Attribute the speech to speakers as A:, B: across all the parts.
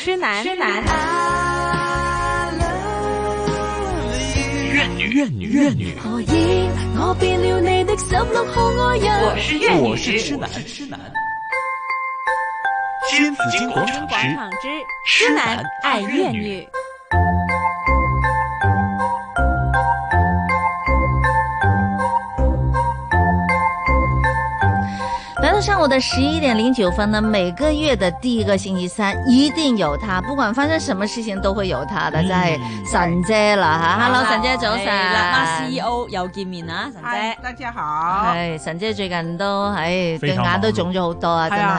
A: 痴男男，
B: 怨女，怨女，怨女。
C: 何以我變了你的十六號愛人？
A: 是粤
B: 我是痴男，痴男。新紫金广场
A: 广
B: 之
A: 场之痴男爱粤女。
D: 来到上午的十一点零九分呢，每个月的第一个星期三一定有他，不管发生什么事情都會有他的，真係神姐啦吓，Hello 神姐早晨，
A: 辣媽 CEO 又見面
D: 嗯
A: 啦，神
E: 嗨
A: 姐，
E: 大家好，
D: 係神姐最近都唉對
B: 非常忙
D: 眼都腫咗好多啊，真
E: 係啊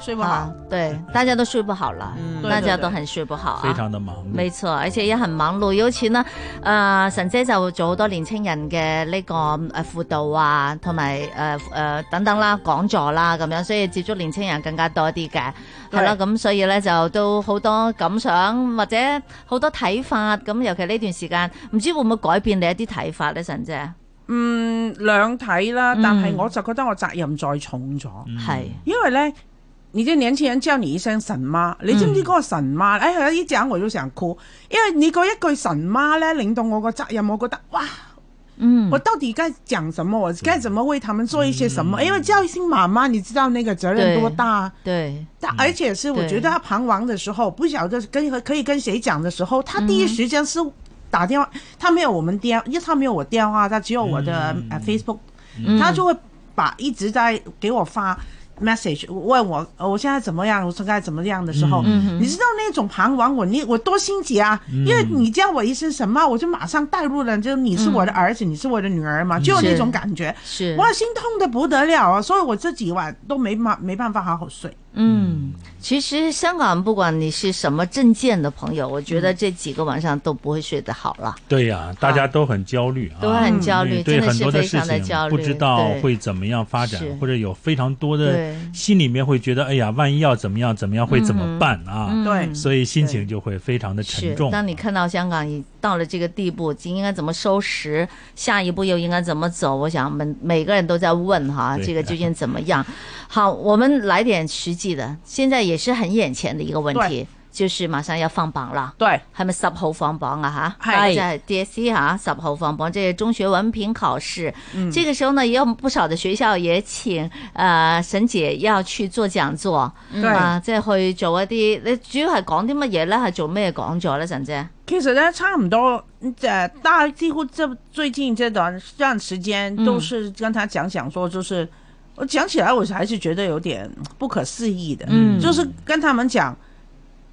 D: 係
E: 睡不好
D: 啊，，对，大家都睡不好了，
B: 嗯
D: 大家
E: 对对对
D: 都很睡不好
B: 非
D: 啊。
B: 常的忙碌。
D: 没错，而且也很忙碌，尤其呢，誒神姐就做好多年青人嘅呢個誒輔導啊，同埋誒誒等等啦，講座啦咁樣，所以接觸年青人更加多啲嘅，係啦，咁所以咧就都好多感想或者好多睇法，咁尤其呢段時間，唔知會唔會改變你一啲睇法咧，神姐？
E: 嗯，兩睇啦，但係
D: 嗯
E: 我就覺得我責任再重咗，
B: 嗯
D: 係、
E: 因為呢，你啲年輕人叫你一聲神媽，你知唔知嗰個神媽？哎呀，呢講我都成哭，因為你嗰一句神媽呢，令到我個責任，我覺得哇，
D: 嗯
E: 我，到底該講什麼？我該怎麼為他們做一些什麼？因為叫一聲媽媽，你知道那個責任多大？
D: 對，
E: 但而且是我
D: 嗯对
E: 觉得他彷徨的时候，不晓得跟和可以跟谁讲的时候，他第一时间是打电话，他没有我们电，因为他没有我电话，他只有我的
B: 嗯
E: 呃 Facebook，、
D: 嗯
E: 他就会把一直在给我发 message 问我呃我现在怎么样，我现在怎么样的时候，
D: 嗯
E: 你知道那种彷徨我，你我多心急啊，因为你叫我一声什么，我就马上带入了，就你是我的儿子，你是我的女儿嘛，就有那种感觉，
D: 嗯是，
E: 哇，心痛的不得了啊，所以我这几晚都没办没办法好好睡。
D: 嗯，其实香港不管你是什么证件的朋友，我觉得这几个晚上都不会睡得好了。
B: 对呀，大家都很焦虑啊，
D: 啊都很焦虑，
B: 嗯对
D: 真的
B: 很
D: 是
B: 多的
D: 非
B: 事
D: 常的焦
B: 情
D: 虑，
B: 不知道
D: 对
B: 会怎么样发展
D: 是，
B: 或者有非常多的
D: 对
B: 心里面会觉得，哎呀，万一要怎么样怎么样会怎么办啊？
E: 对
D: 嗯
B: 所以心情就会非常的
D: 是
B: 沉重。嗯
D: 当你看到香港已到了这个地步，应该怎么收拾，下一步又应该怎么走？我想我们每个人都在问哈，
B: 对
D: 这个究竟怎么样？好，我们来点实际的，现在也是很眼前的一个问题，就是马上要放榜了。
E: 对。
D: 係咪十號放榜啊？吓，
E: 係
D: 即係 DSE 吓，十號放榜，这是中學文憑考試。
E: 嗯
D: 这个时候呢，也有不少的學校也請呃沈姐要去做講座，
E: 嗯對
D: 啊，即係去做一啲，你主要係講啲乜嘢咧？係做咩講座咧，沈姐？
E: 其实呢，差唔多，呃，大几乎这最近这段段时间都是跟他讲讲说，就是、我讲起来，我还是觉得有点不可思议的，
D: 嗯
E: 就是跟他们讲。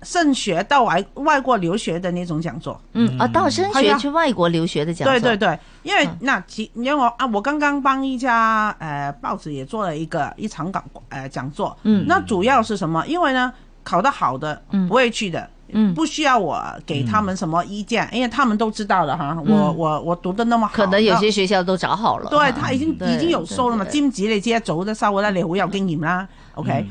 E: 圣学到外外国留学的那种讲座，
D: 嗯，啊，到升
E: 係
D: 學
E: 啊
D: 去外國留學的講座，
E: 对对对，因为
D: 嗯
E: 那其因为我啊，我刚刚帮一家呃报纸也做了一个一场讲呃讲座，
D: 嗯
E: 那主要是什么？因为呢，考得好的
D: 嗯
E: 不会去的，
D: 嗯，
E: 不需要我给他们什么意见，因为他们都知道了哈。我我我读的那么好，
D: 嗯可能有些學校都找好了。啊
E: 那對
D: 嚇
E: 他已經
D: 對
E: 已經有收啦嘛，
D: 對
E: 尖子你知一早都收啦，你好有經驗
D: 嗯
E: 啦。OK，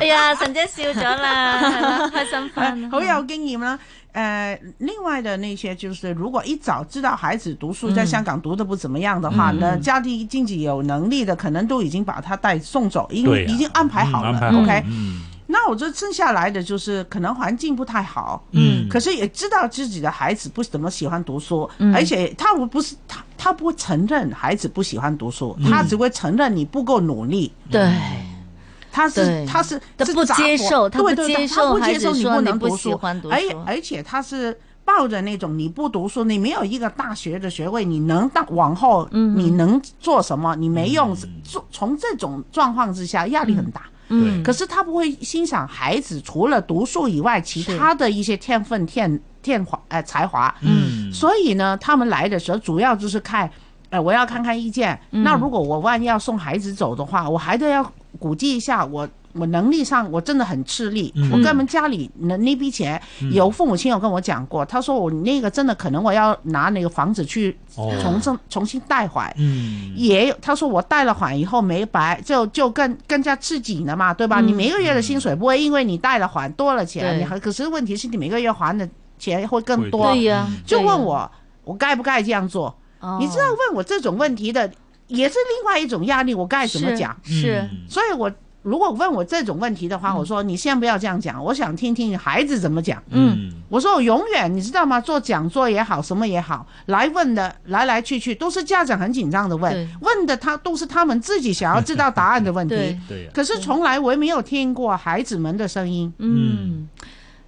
D: 哎呀，沈姐笑咗 啦，開心啊翻。
E: 哎好有經驗啦。呃，另外的那些就是，如果一早知道孩子读书
B: 嗯
E: 在香港读的不怎么样的话呢，家里经济有能力的，可能都已经把他带送走，已经
B: 对呀
E: 已经安排好
B: 嗯安排
E: 了。
B: 好
E: OK，
B: 嗯
E: 那我就剩下来的就是可能环境不太好，
B: 嗯
E: 可是也知道自己的孩子不怎么喜欢读书，
D: 嗯
E: 而且他不是他他不会承认孩子不喜欢读书，
B: 嗯
E: 他只会承认你不够努力。
D: 對。
E: 他
D: 对
E: 是他是
D: 他
E: 是
D: 不
E: 杂
D: 接
E: 货
D: 受他
E: 对
D: 不
E: 对
D: 接
E: 对
D: 受
E: 他不
D: 孩
E: 接
D: 子
E: 受你
D: 说
E: 不
D: 你
E: 能
D: 不
E: 读
D: 喜
E: 书
D: 欢读，
E: 而
D: 书
E: 而且他是抱着那种你不读书，你没有一个大学的学位，你能当往后
D: 嗯
E: 你能做什么？你没用，做从这种状况之下压力很大。
D: 嗯
E: 可是他不会欣赏孩子除了读书以外，其
D: 是
E: 他的一些天分、天天华呃才华。
B: 嗯
E: 所以呢，他们来的时候主要就是看，呃，我要看看意见。那如果我万一要送孩子走的话，我还得要估计一下我。我能力上我真的很吃力，我专门家里那那笔钱，有父母亲有跟我讲过，他说我那个真的可能我要拿那个房子去
B: 哦
E: 重新、重新贷款，
B: 嗯
E: 也有，他说我贷了款以后没白，就就更更加吃紧了嘛，对吧？你每个月的薪水不会因为你贷了款多了钱，
D: 对
E: 你还可是问题是你每个月还的钱会更多。
D: 对呀，
E: 就
D: 对呀
E: 问，我我该不该这样做？
D: 哦
E: 你知道问我这种问题的也是另外一种压力，我该怎么讲？
D: 是，
B: 嗯
E: 所以我如果问我这种问题的
D: 嗯
E: 话，我说你先不要这样讲，我想听听你孩子怎么讲。
B: 嗯
E: 我说我永远你知道吗？做讲座也好，什么也好，来问的来来去去都是家长很紧张的问
D: 对，
E: 问的他都是他们自己想要知道答案的 问
D: 对
E: 题。
B: 对呀，
E: 可是从来我也没有听过孩子们的声音。
D: 嗯，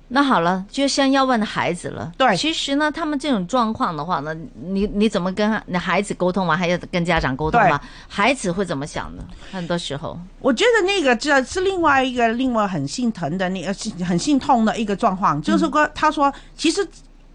D: 那好了，就先要问孩子了。
E: 对
D: 其实呢，他们这种状况的话呢，你你怎么跟你孩子沟通啊？还有跟家长沟通啊？孩子会怎么想呢？很多时候，
E: 我觉得那个这是另外一个令我很心疼的那个很心痛的一个状况，就是说他说其实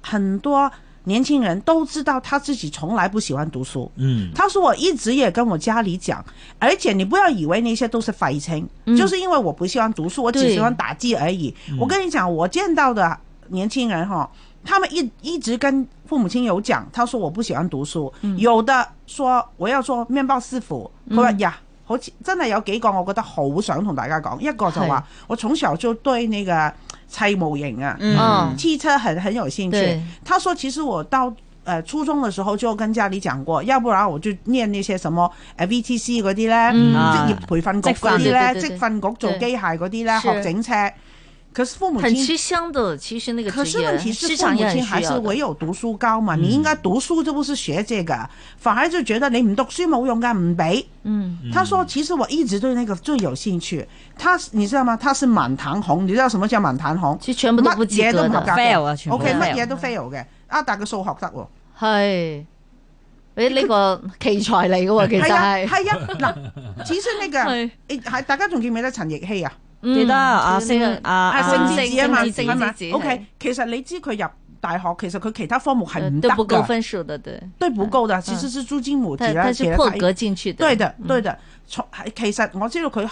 E: 很多年轻人都知道他自己从来不喜欢读书。
B: 嗯
E: 他说我一直也跟我家里讲，而且你不要以为那些都是废青，就是因为我不喜欢读书，我只
D: 对
E: 喜欢打字而已。我跟你讲，我见到的年轻人哈，他们一一直跟父母亲有讲，他说我不喜欢读书，有的说我要做面包师傅，佢話呀。好似真係有幾個，我覺得好想同大家講。一個就話我從小就對那個砌模型啊、
A: 嗯
D: 嗯，
E: 汽車很很有興趣
D: 对。
E: 他說其實我到呃初中的時候就跟家裡講過，要不然我就念那些什麼誒 VTC 嗰啲咧，
D: 嗯
E: 職業培訓局嗰啲
D: 啊對
E: 咧，
D: 對對對
E: 職訓局做機械嗰啲咧，
D: 是
E: 學整車。可是父母
D: 很
E: 親，
D: 吃香的。其实那个
E: 可
D: 职
E: 是
D: 业
E: 問題是
D: 市
E: 父
D: 场
E: 母
D: 也很
E: 親
D: 需
E: 還是
D: 要
E: 唯
D: 的。嗯
E: 有讀書高嘛，你應該讀書就不是學這個，反而就覺得你唔讀書冇用噶，唔俾。
D: 嗯，
E: 他说：“其實我一直對那個最有興趣。他你知道嗎？他是滿堂紅，你知道什麼叫滿堂紅？
D: 其实全部都不及
E: 乜嘢都
D: 格
E: 唔合格
D: 的。
A: fail 啊，全部
E: O.K.
D: fail
E: 乜
A: fail
E: 嘢都 fail 嘅，啊，但係佢數學得喎，
D: 系，诶，呢个奇才嚟嘅喎，其实
E: 係啊，
D: 系。
E: 係啊， 嗱，始先呢個，
D: 係
E: 誒係大家仲記唔記得陳奕希啊？
D: 嗯
A: 記得啊
D: 知道呢
A: 星啊啊
E: 啊，
A: 星
E: 聖子啊嘛，
D: 星
E: 係
D: 之
E: 咪
D: 子係
E: ？O.K. 其實你知佢入大學，其實佢其他科目係
D: 呃
E: 唔得
D: 都不够
E: 嘅，
D: 分数的，对，
E: 對不夠的，其實是朱金母子
D: 他
E: 啦，
D: 他
E: 其
D: 是
E: 實
D: 破
E: 他
D: 格进去的。嗯
E: 對的，對的。從其實我知道佢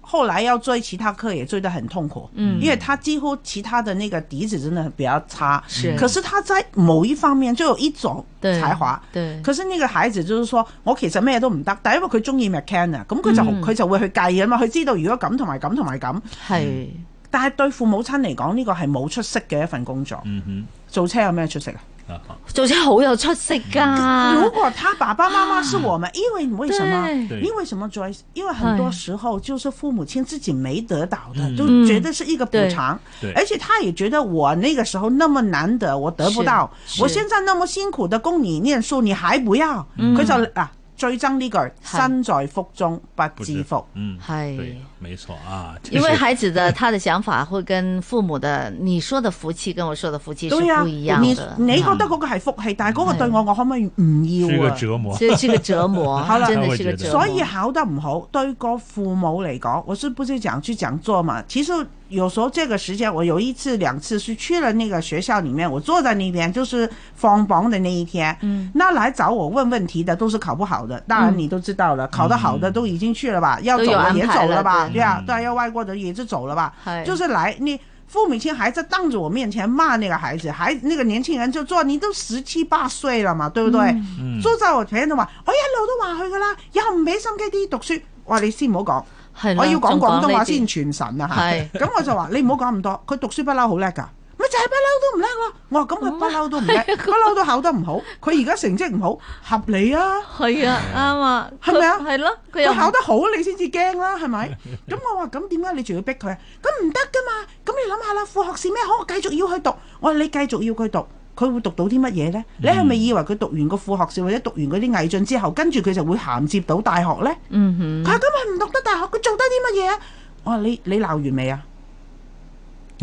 E: 後來要追其他科也追得很痛苦，
D: 嗯
E: 因為他幾乎其他的那個底子真的比較差。
D: 是
E: 可是他在某一方面就有一種
D: 对
E: 才華。
D: 对，
E: 可是呢個孩子就是說，我其實咩都唔得，但因為佢中意 mechan 啊，咁佢就
D: 嗯
E: 佢、就會去計啊嘛，佢知道如果咁同埋咁同埋咁，
D: 系
E: 但係對父母親嚟講，呢、個係冇出息嘅一份工作。
B: 嗯
E: 做車有咩出息啊？
B: 哼啊，
D: 做车好有出息
E: 如
D: 噶，
E: 果他爸爸媽媽是我們，因為為什麼？
D: 啊对
B: 对，
E: 因为什么 Joyce？因为很多时候就是父母亲自己没得到的，
B: 嗯
E: 就觉得是一个补偿
B: 对，对
E: 而且他也觉得我那个时候那么难得，我得不到，
D: 是
E: 我现在那么辛苦的供你念书，你还不要，
D: 嗯
E: 佢就啊最憎呢句
D: 是
E: 身在福中不
B: 不
E: 知
B: 知
E: 福。
B: 嗯，
D: 嗨
B: 对，没错啊，这
D: 因为
B: 是
D: 孩子的他的想法会跟父母的你说的福气跟我说的福气是
E: 对啊，
D: 不一样
E: 你
D: 的，嗯
E: 你觉得嗰个系福气，但系嗰个对我，我可唔可以唔
B: 是一
E: 要
B: 个
E: 啊？
B: 折磨，
D: 所以是个折磨
E: 好，了
D: 真的是个折磨。
E: 所以啊考得唔好，对个父母嚟讲，我是不是讲去讲座嘛？其实有时候这个时间，我有一次两次是去了那个学校里面，我坐在那边就是放榜的那一天，嗯，那来找我问问题的都是考不好
D: 嗯
E: 的，当然你都知道了，考得好的都已经去了吧，要走
D: 都有
E: 了
D: 安
E: 也
D: 排
E: 走
D: 了
E: 吧，
D: 对嗯
E: 对啊，对啊，要外国的也就走了吧，
D: 嗨
E: 就是来你。父母亲还在当着我面前骂那个孩子，还那个年轻人就做，你都十七八岁了嘛，对不对？
B: 嗯
E: 租就喺度話，我一路都話佢噶啦，又唔俾心機啲讀書。我話你先唔好
D: 系
E: 講，我要講廣東話先
D: 系
E: 傳神啊
D: 係
E: 嚇。咁我就話你唔好講咁多，佢讀書不嬲好叻㗎。咪就係不嬲都唔叻咯，我話咁佢不嬲都唔叻，不嬲都考得唔好，佢而家成績唔好，合理啊！
D: 啊，啱啊，
E: 係咪啊
D: 系咯，佢又
E: 佢考得好你先至驚啦，係咪？ 咁我話咁點解你仲要逼佢啊？咁唔得噶嘛！咁你諗下啦，副學士咩可我繼續要去讀，我話你繼續要佢讀，佢會讀到啲乜嘢呢？
D: 嗯
E: 你係咪以為佢讀完個副學士或者讀完嗰啲毅進之後，跟住佢就會銜接到大學呢？
D: 嗯
E: 佢話咁咪唔讀得大學，佢做得啲乜嘢啊？我話你你鬧完未啊？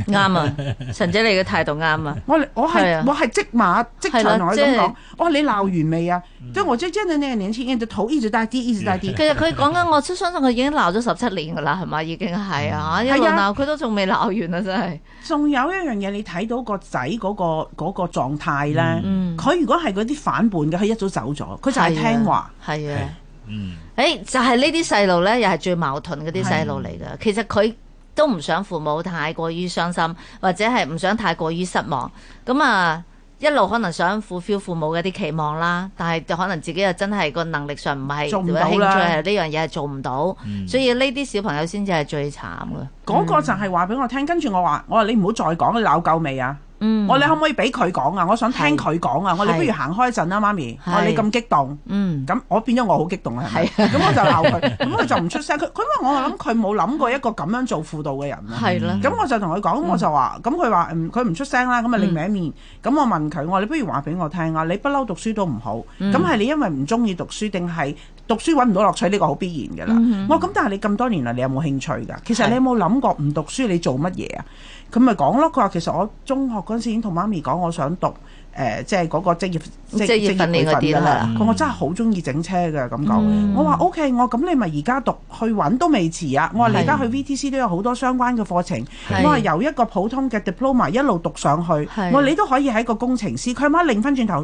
D: 哼，啱啊，神姐你嘅態度啱啊，
E: 我我
D: 係
E: 係
D: 啊
E: 我係即馬即場
D: 係啦
E: 同佢
D: 即
E: 咁
D: 係嗯
E: 講，我話你鬧完未啊？即係我就真係那個年輕人的頭一直大低，一直大低
D: 其。實佢講緊，我相信佢已經鬧咗十七年噶啦，係嘛？已經係啊，一路
E: 係啊
D: 鬧佢都仲未鬧完啊，真係。
E: 仲有一樣嘢，你睇到個仔嗰、個嗰、個狀態咧，佢、
D: 嗯
E: 如果係嗰啲反叛嘅，佢一早走咗，佢就係聽話。
D: 啊係啊。係啊
B: 嗯
D: 誒就係呢啲細路咧，又係最矛盾嗰啲細路嚟㗎。其實佢都唔想父母太過於傷心，或者係唔想太過於失望。咁啊，一路可能想 fulfill 父母嘅啲期望啦，但係就可能自己又真係個能力上唔係
E: 做唔
D: 或者
E: 到啦
D: 興趣係呢樣嘢係做唔到，
B: 嗯
D: 所以呢啲小朋友先至係最慘嘅。
E: 嗰、個就係話俾我聽，跟住我話：我話你唔好再講，你鬧夠未啊？
D: 嗯，
E: 我話你可唔可以俾佢講啊？我想聽佢講啊！我話你不如行開陣啦，媽咪。我話你咁激動，
D: 嗯
E: 咁我變咗我好激動啊，係咪？咁我就鬧佢，咁佢就唔出聲。佢佢因為我諗佢冇諗過一個咁樣做輔導嘅人啊。
D: 係啦，
E: 咁我就同佢
D: 嗯
E: 講，我就話，咁佢話嗯佢唔出聲啦，咁啊另一面。咁我問佢，我話你不如話俾我聽啊，你不嬲讀書都唔好，
D: 嗯
E: 咁係你因為唔中意讀書定係讀書揾唔到樂趣呢個好必然㗎
D: 嗯
E: 啦。我話咁但係你咁多年嚟，你有冇興趣㗎？其實你有冇諗過唔讀書你做乜嘢啊？佢咪講咯，佢話其實我中學嗰陣時已經同媽咪講，我想讀。誒、即係嗰個職業職
D: 職業訓練嗰啲
E: 㗎
D: 啦
E: 佢話我真係好中意整車㗎咁講。
D: 嗯
E: 我話 O K，我話咁你咪而家讀去揾都未遲啊！我話你而家去 V T C 都有好多相關嘅課程，
D: 嗯係
E: 我話由一個普通嘅 diploma 一路讀上去，
D: 係
E: 我話你都可以係一個工程師。佢媽擰翻轉頭，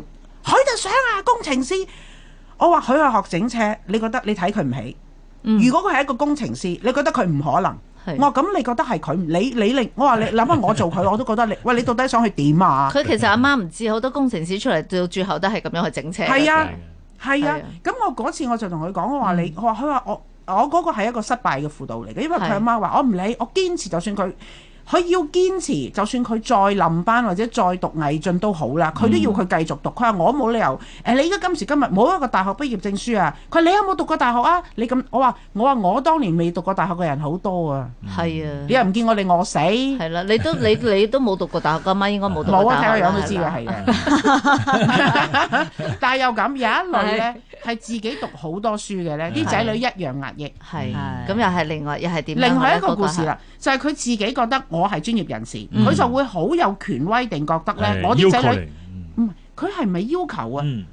E: 佢就想啊工程師。我話佢去學整車，你覺得你睇佢唔起？如果佢係一個工程師，你覺得佢唔可能？
D: 嗯係
E: 我話咁你覺得係佢唔？你你令我話你諗下我做佢，我都覺得你喂你到底想去點啊？
D: 佢其實阿媽唔知，好多工程師出嚟到最後都係咁樣去整車。
B: 係。
E: 係啊係啊嗯
D: 係啊，
E: 咁我嗰次我就同佢講，我話你，我話佢話我我嗰個係一個失敗嘅輔導嚟嘅，因為佢
D: 係
E: 阿媽話我唔理，我堅持就算佢。佢要堅持，就算佢再冧班或者再讀毅進都好啦，佢都要佢繼續讀。佢話我冇理由，誒、你而家今時今日冇一個大學畢業證書啊！佢話你有冇讀過大學啊？你咁我話我話我當年未讀過大學嘅人好多啊！
D: 係啊，
E: 你又唔見我哋餓 死，
D: 係啦，你都你你都冇讀過大學，阿媽應該冇讀
E: 冇
D: 過
E: 啊！
D: 大
E: 睇個
D: 學
E: 樣
D: 啦。
E: 都知
D: 啦
E: 嘅係嘅，但係又咁有一類咧係自己讀好多書嘅咧，啲仔女一樣壓抑。
D: 係，
A: 係
D: 咁又係另外又係點樣呢？啊
E: 另外一個
D: 嗰個
E: 故事
D: 係，
E: 啦，就係佢自己覺得我係專業人士，
B: 嗯
E: 佢就會好有權威定覺得
B: 係
E: 咧，我啲
B: 要
E: 仔
B: 求
E: 女
B: 嚟，
E: 唔係佢係咪要求啊？
B: 嗯，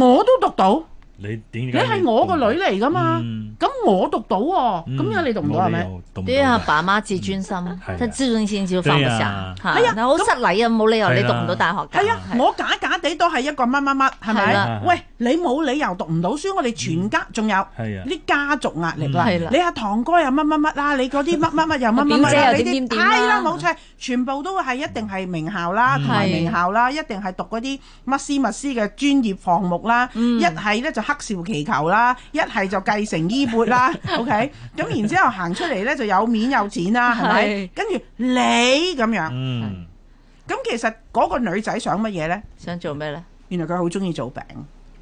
E: 我都讀到，
B: 你
E: 你
B: 點解
E: 係我個女嚟噶嘛？
B: 嗯
E: 咁我讀到喎，咁有你讀唔到係咪？？
B: 冇理
D: 對
B: 由
D: 啊，
B: 讀唔到㗎
D: 爸媽自尊心，
B: 係啊
D: 他自尊心就放不
B: 對
D: 下
B: 啊，
D: 嚇
E: 係啊
D: 嗱好失禮啊，冇理由你
B: 係啦
D: 讀唔到大學㗎。
E: 係啊，我假假地都係一個乜乜乜，係
D: 係
E: 咪
B: 啦？
E: 喂，你冇理由讀唔到書，我哋全家仲有
B: 係啊，
E: 啲家族壓力啦。
D: 係啦
E: 你，阿堂哥又乜乜乜啦，你嗰啲乜乜乜又乜乜乜啦，
A: 表姐又
E: 你
A: 點點啊
E: 啲
A: 點啦
E: 係啦冇錯，全部都係一定係名校啦，同埋
D: 係
E: 名校啦，一定係讀嗰啲乜斯乜斯嘅專業項目啦，
A: 嗯
E: 一係咧就黑笑祈求啦，一係就繼承衣缽 啦，OK，咁然之後行出嚟咧就有面有錢啦，係咪
A: 係？
E: 跟住你咁樣，
B: 嗯，
E: 咁其實嗰個女仔想乜嘢咧？
D: 想做咩咧？
E: 原來佢好中意做餅，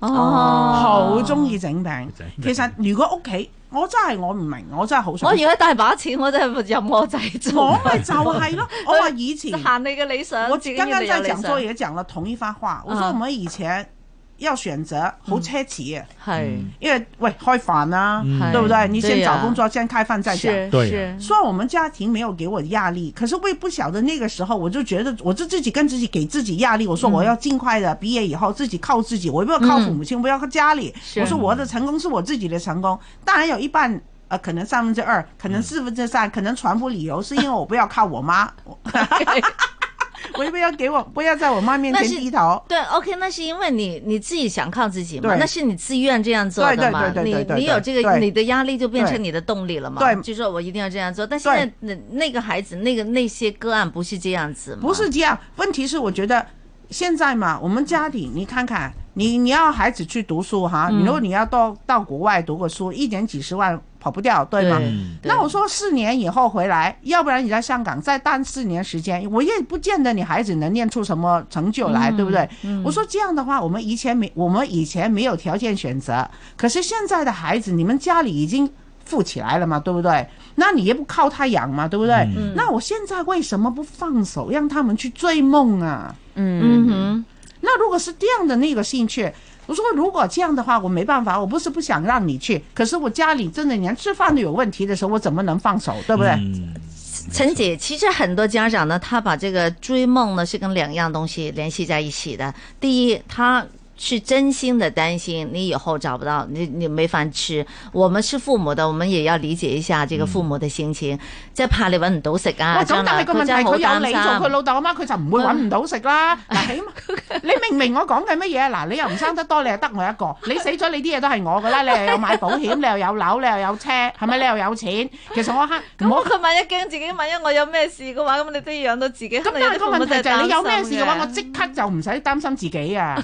D: 哦，
E: 好中意整餅
B: 整。餅
E: 其實如果屋企，我真係我唔明，我真係好
D: 我
A: 哦
E: 想
D: 而。家大把錢，我真係任我仔做
E: 我。咪就係咯，我話以前
D: 行你嘅理想，
E: 我
D: 自己
E: 刚刚
D: 要
E: 在
D: 有理
E: 讲
D: 想
E: 座也讲了同一番话，我说
D: 嗯
E: 我们以前要选择好奢侈啊，
D: 係
E: 因为喂开饭啊，
B: 嗯
E: 对不对？你先
D: 对呀
E: 找工作，先开饭再讲。
D: 是
B: 對啊
D: 是
E: 虽然我们家庭没有给我压力，可是我也不晓得那个时候，我就觉得我就自己跟自己给自己压力。我
D: 嗯
E: 说我要尽快的毕业以后自己靠自己，我不要靠父母亲，不要靠家
D: 嗯
E: 里。
D: 是
E: 我说我的成功是我自己的成功，当然有一半。呃，可能三分之
D: 嗯
E: 二，可能四分之三，可能全部理由是因为我不要靠 我妈， 我不要给我不要在我妈面前
D: 那是
E: 低头。
D: 对，OK，那是因为你你自己想靠自己嘛，
E: 对
D: 那是你自愿这样做
E: 对
D: 的
E: 对
D: 嘛，
E: 对对
D: 你
E: 对对
D: 你有这个
E: 对
D: 你的压力就变
E: 对
D: 成你的动力了嘛，
E: 对
D: 就说我一定要这样做，但现在那那个孩子那个那些个案不是这样子嘛，
E: 不是这样，问题是我觉得现在嘛，我们家庭你看看，你你要孩子去读书哈，如果你要到到国外读个书，一年几十万跑不掉，对
D: 对
E: 吗？
B: 嗯
E: 那我说四年以后回来，要不然你在香港再待四年时间，我也不见得你孩子能念出什么成就来，对不对？我说这样的话，我们以前没我们以前没有条件选择，可是现在的孩子，你们家里已经富起来了嘛，对不对？那你也不靠他养嘛，对不对？那我现在为什么不放手让他们去追梦啊？
D: 嗯哼，
E: 那如果是这样的那个兴趣，我说如果这样的话，我没办法，我不是不想让你去，可是我家里真的连吃饭都有问题的时候，我怎么能放手，对不对？
B: 嗯
D: 陈姐，其实很多家长呢，他把这个追梦呢是跟两样东西联系在一起的。第一，他是真心的担心你以后找不到，你你没饭吃。我们是父母的，我们也要理解一下这个父母的心情，即系怕你搵唔到食啊。
E: 喂，嗯咁
D: 將
E: 但係
D: 來
E: 個問題，
D: 真係好
E: 佢有你
D: 擔
E: 做
D: 心嗯
E: 佢老豆阿啊媽，佢就唔會揾唔到食啦。嗱，起碼你明唔明我講嘅乜嘢？嗱，你又唔生得多，你又得我一個。你死咗，你啲嘢都係我噶啦。你又有買保險，你又有樓，你又有車，係咪？你又有錢。其實我黑唔
D: 咁
E: 好。
D: 佢萬一驚自己，萬一我有咩事嘅話，咁你都要養到自己。
E: 咁但係個問題就係你有咩事嘅話，我即刻就唔使擔心自己啊。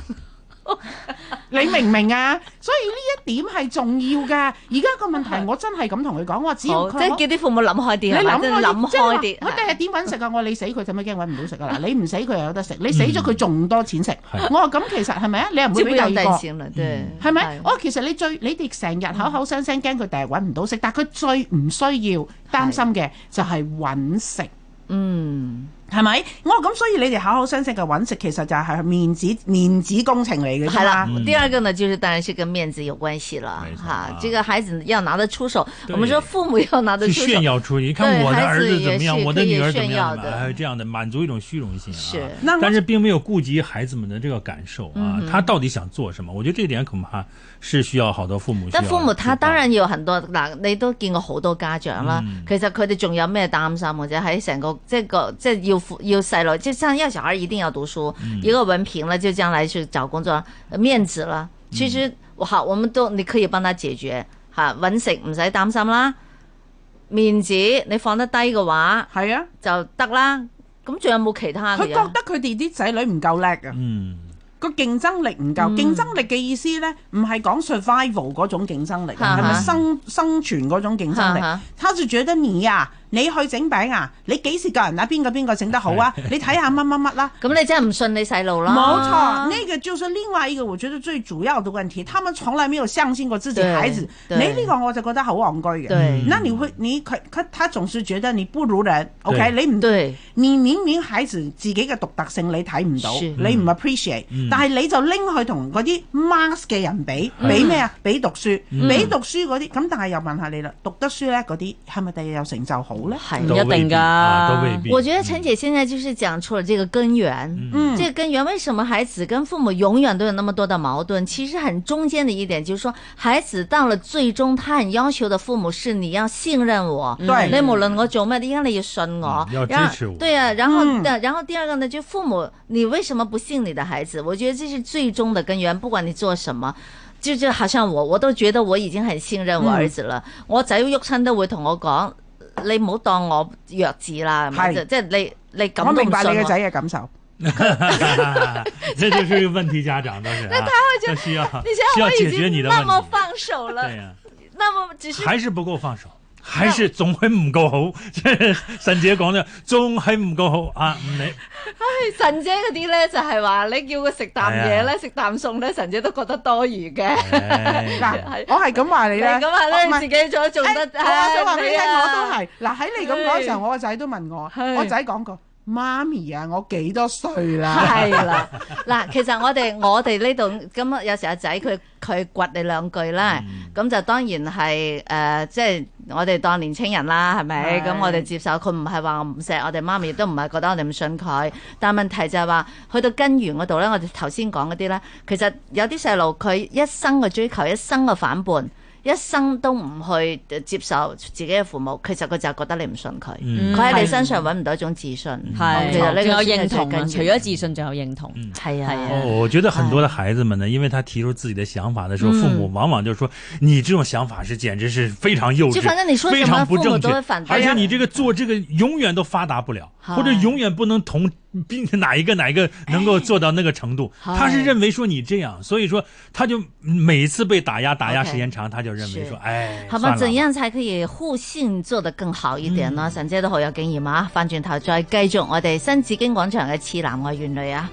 E: 你明唔明啊？所以呢一點係重要嘅。而家個 問題，我真係咁同佢講，我話只要
D: 好，
E: 佢
D: 即係
E: 可
D: 叫啲父母諗開
E: 你
D: 啲，係咪
E: 諗
D: 即係
E: 開
D: 諗開
E: 即係
D: 啲
E: 話我第
D: 係。
E: 日點揾食啊？我話你死佢，做咩驚揾唔到食 啊？嗱，你唔死佢又有得食，你死咗佢仲多錢食。
D: 嗯
E: 我話咁其實係咪啊？你又唔
D: 就
E: 會
D: 不
E: 俾第
D: 用
E: 二
D: 擔
E: 個。
D: 心了，對，
E: 係咪？
D: 係
E: 哦，其實你最你哋成日口口聲聲驚佢第日揾唔到食，但佢最唔需要擔心嘅就係揾食，
D: 嗯，
E: 係咪？我話咁所以你哋口口聲聲嘅揾食，其實就係面子面子工程嚟嘅
D: 好
E: 啫
D: 了
E: 嘛。。
D: 第二个呢，就是当然是跟面子有关系了
B: 嗯没，错
D: 哈
B: 啊，
D: 这个孩子要拿得出手，
B: 对
D: 我们说父母要拿得
B: 去
D: 出手
B: 炫，耀出去，你看
D: 对
B: 我的
D: 孩
B: 儿
D: 子
B: 子怎
D: 也
B: 么样，
D: 是
B: 我的
D: 可以
B: 女儿怎么
D: 炫
B: 样
D: 耀
B: 怎么
D: 的
B: 样哎，这样的满足一种虚荣心啊。
D: 是
E: 那
B: 但
E: 我
B: 是并没有顾及孩子们的这个感受啊，他到底想做什么？我觉得这点恐怕是需要好多父母需要知道
D: 但
B: 的。
D: 父母他當然有很多嗱，你都見過好多家長啦。
B: 嗯
D: 其實佢哋仲有咩擔心或者喺成個即係個即係要父要細路，即係像要小孩一定要讀書，
B: 嗯
D: 一個文憑了就將來去找工作，面子啦。
B: 嗯
D: 其實好，我們都你可以幫他解決嚇，揾食唔使擔心啦，面子你放得低嘅話
E: 係啊，
D: 就得啦。咁仲有冇其他
E: 佢
D: 嘅
E: 覺
D: 嘢？
E: 得佢哋啲仔女唔夠叻啊。
B: 嗯，
E: 個競爭力唔
D: 嗯
E: 夠，競爭力嘅意思呢，唔係講 survival 嗰種競爭力，啊
D: 哈哈
E: 係咪生生存嗰種競爭
D: 哈哈
E: 力？他就覺得你啊，你去整餅啊，你幾時教人啊？邊個邊個整得好 啊？你睇下乜乜乜啦。
D: 咁你真係唔信你細路啦？
E: 冇錯，那個就是另外一個，我覺得最主要的問題，他們從來沒有相信過自己孩子。你
D: 對對
E: 呢個我就覺得好戇居嘅。
B: 嗯
D: 對
E: 那你會，你佢佢，他總是覺得你不如人，OK？
B: 對
E: 你唔
D: 對。
E: 你明明孩子自己嘅獨特性你睇唔到，
D: 是
E: 你唔 appreciate，、
B: 嗯
E: 但係你就拎去同嗰啲 mask 嘅人比，比咩啊？比讀書，
B: 嗯
E: 比讀書嗰啲，咁但係又問下你啦，讀得書咧嗰啲係咪第日有成就好咧？
D: 係
A: 唔
B: 都
A: 一
B: 未
A: 定
B: 必
A: 㗎
B: 啊都未必。
D: 我觉得陈姐现在就是讲出了这个根源。
E: 嗯
D: 这个根源为什么孩子跟父母永远都有那么多的矛盾？其实很中间的一点就是说，孩子到了最终，他很要求的父母是你要信任我，
E: 對
D: 你无论我做咩，应该你要信我，
B: 嗯嗯要
D: 然后
B: 支持我
D: 对呀、然后、
E: 嗯
D: 对然后第二个呢，就父母，你为什么不信你的孩子？我觉得这是最终的根源，不管你做什么。就就好像我，我都覺得我已經很信
B: 嗯
D: 任我兒子啦。我仔喐親都會同我講：你唔好當我弱智啦，係咪
E: 係
D: 即係你你咁
E: 我
D: 都唔
E: 明白你
D: 信啊
E: 嘅
D: 我。
E: 仔嘅感受，
B: 这就是问题家长，倒 是啊。那他会就需要
D: 你想想
B: 需要
D: 我已
B: 解决你
D: 經
B: 的
D: 那
B: 问
D: 麼
B: 题，
D: 放手了
B: 对，呀，
D: 那麼只是
B: 还是不够放手。還是總係唔夠好， 即係神姐講嘅，總係唔夠好啊！唔 理
D: 神姐嗰啲咧，就係話你叫佢食啖嘢
B: 係
D: 咧，食啖餸咧，神姐都覺得多餘嘅。
B: 哎
E: 嗱
D: 係
E: 我係咁話你
D: 你
E: 咧，
D: 咁話
E: 我
D: 咧，
E: 唔係
D: 自己做做
E: 哎
D: 得，
E: 我想話俾你聽，
D: 哎
E: 我
D: 啊
E: 都係。嗱喺你咁講嘅時候，我個仔都問我，
D: 係
E: 我仔講過，媽咪啊，我幾多歲啦？
D: 係啦，嗱，其實我哋我哋呢度咁啊有時阿仔佢佢掘你兩句啦，咁、就當然係誒、呃即係我哋當年青人啦，係咪？
E: 係
D: 咁我哋接受佢唔係話我唔錫我哋媽咪，亦都唔係覺得我哋唔信佢，但問題就係話去到根源嗰度咧，我哋頭先講嗰啲咧，其實有啲細路佢一生嘅追求，一生嘅反叛。一生都唔去接受自己嘅父母，其實佢就覺得你唔信佢，
B: 嗯
D: 佢喺、
A: 係
D: 你身上揾唔到一種自信。
A: 係，
D: 其實呢個
A: 仲有
D: 先係
A: 認
D: 最
A: 同啊，
D: 緊
A: 除
D: 要
A: 咗自信，仲有認同。
D: 係
A: 係啊
D: 啊。
B: 哦，我觉得很多的孩子们呢，因为他提出自己的想法的时候，
D: 嗯
B: 父母往往就说：“你这种想法是简直是非常幼
D: 就
B: 稚，
D: 反正你说什
B: 非
D: 么
B: 常不
D: 父母
B: 正
D: 都
B: 确
D: 会反，对啊
B: 而且你这个做这个永远都发达不了，
D: 嗨
B: 或者永远不能同并哪一个哪一个能够做到那个程度。”
D: 嗨
B: 他是认为说你这样，所以说他就每次被打压，打压
D: OK
B: 时间长，他就认为
D: 是
B: 说：“哎，
D: 好
B: 算
D: 吧，
B: 了嗯
D: 怎樣才可以互信做得更好一點呢？神姐都好有經驗啊！翻轉頭再繼續我哋新紫荊廣場嘅次男愛怨女啊！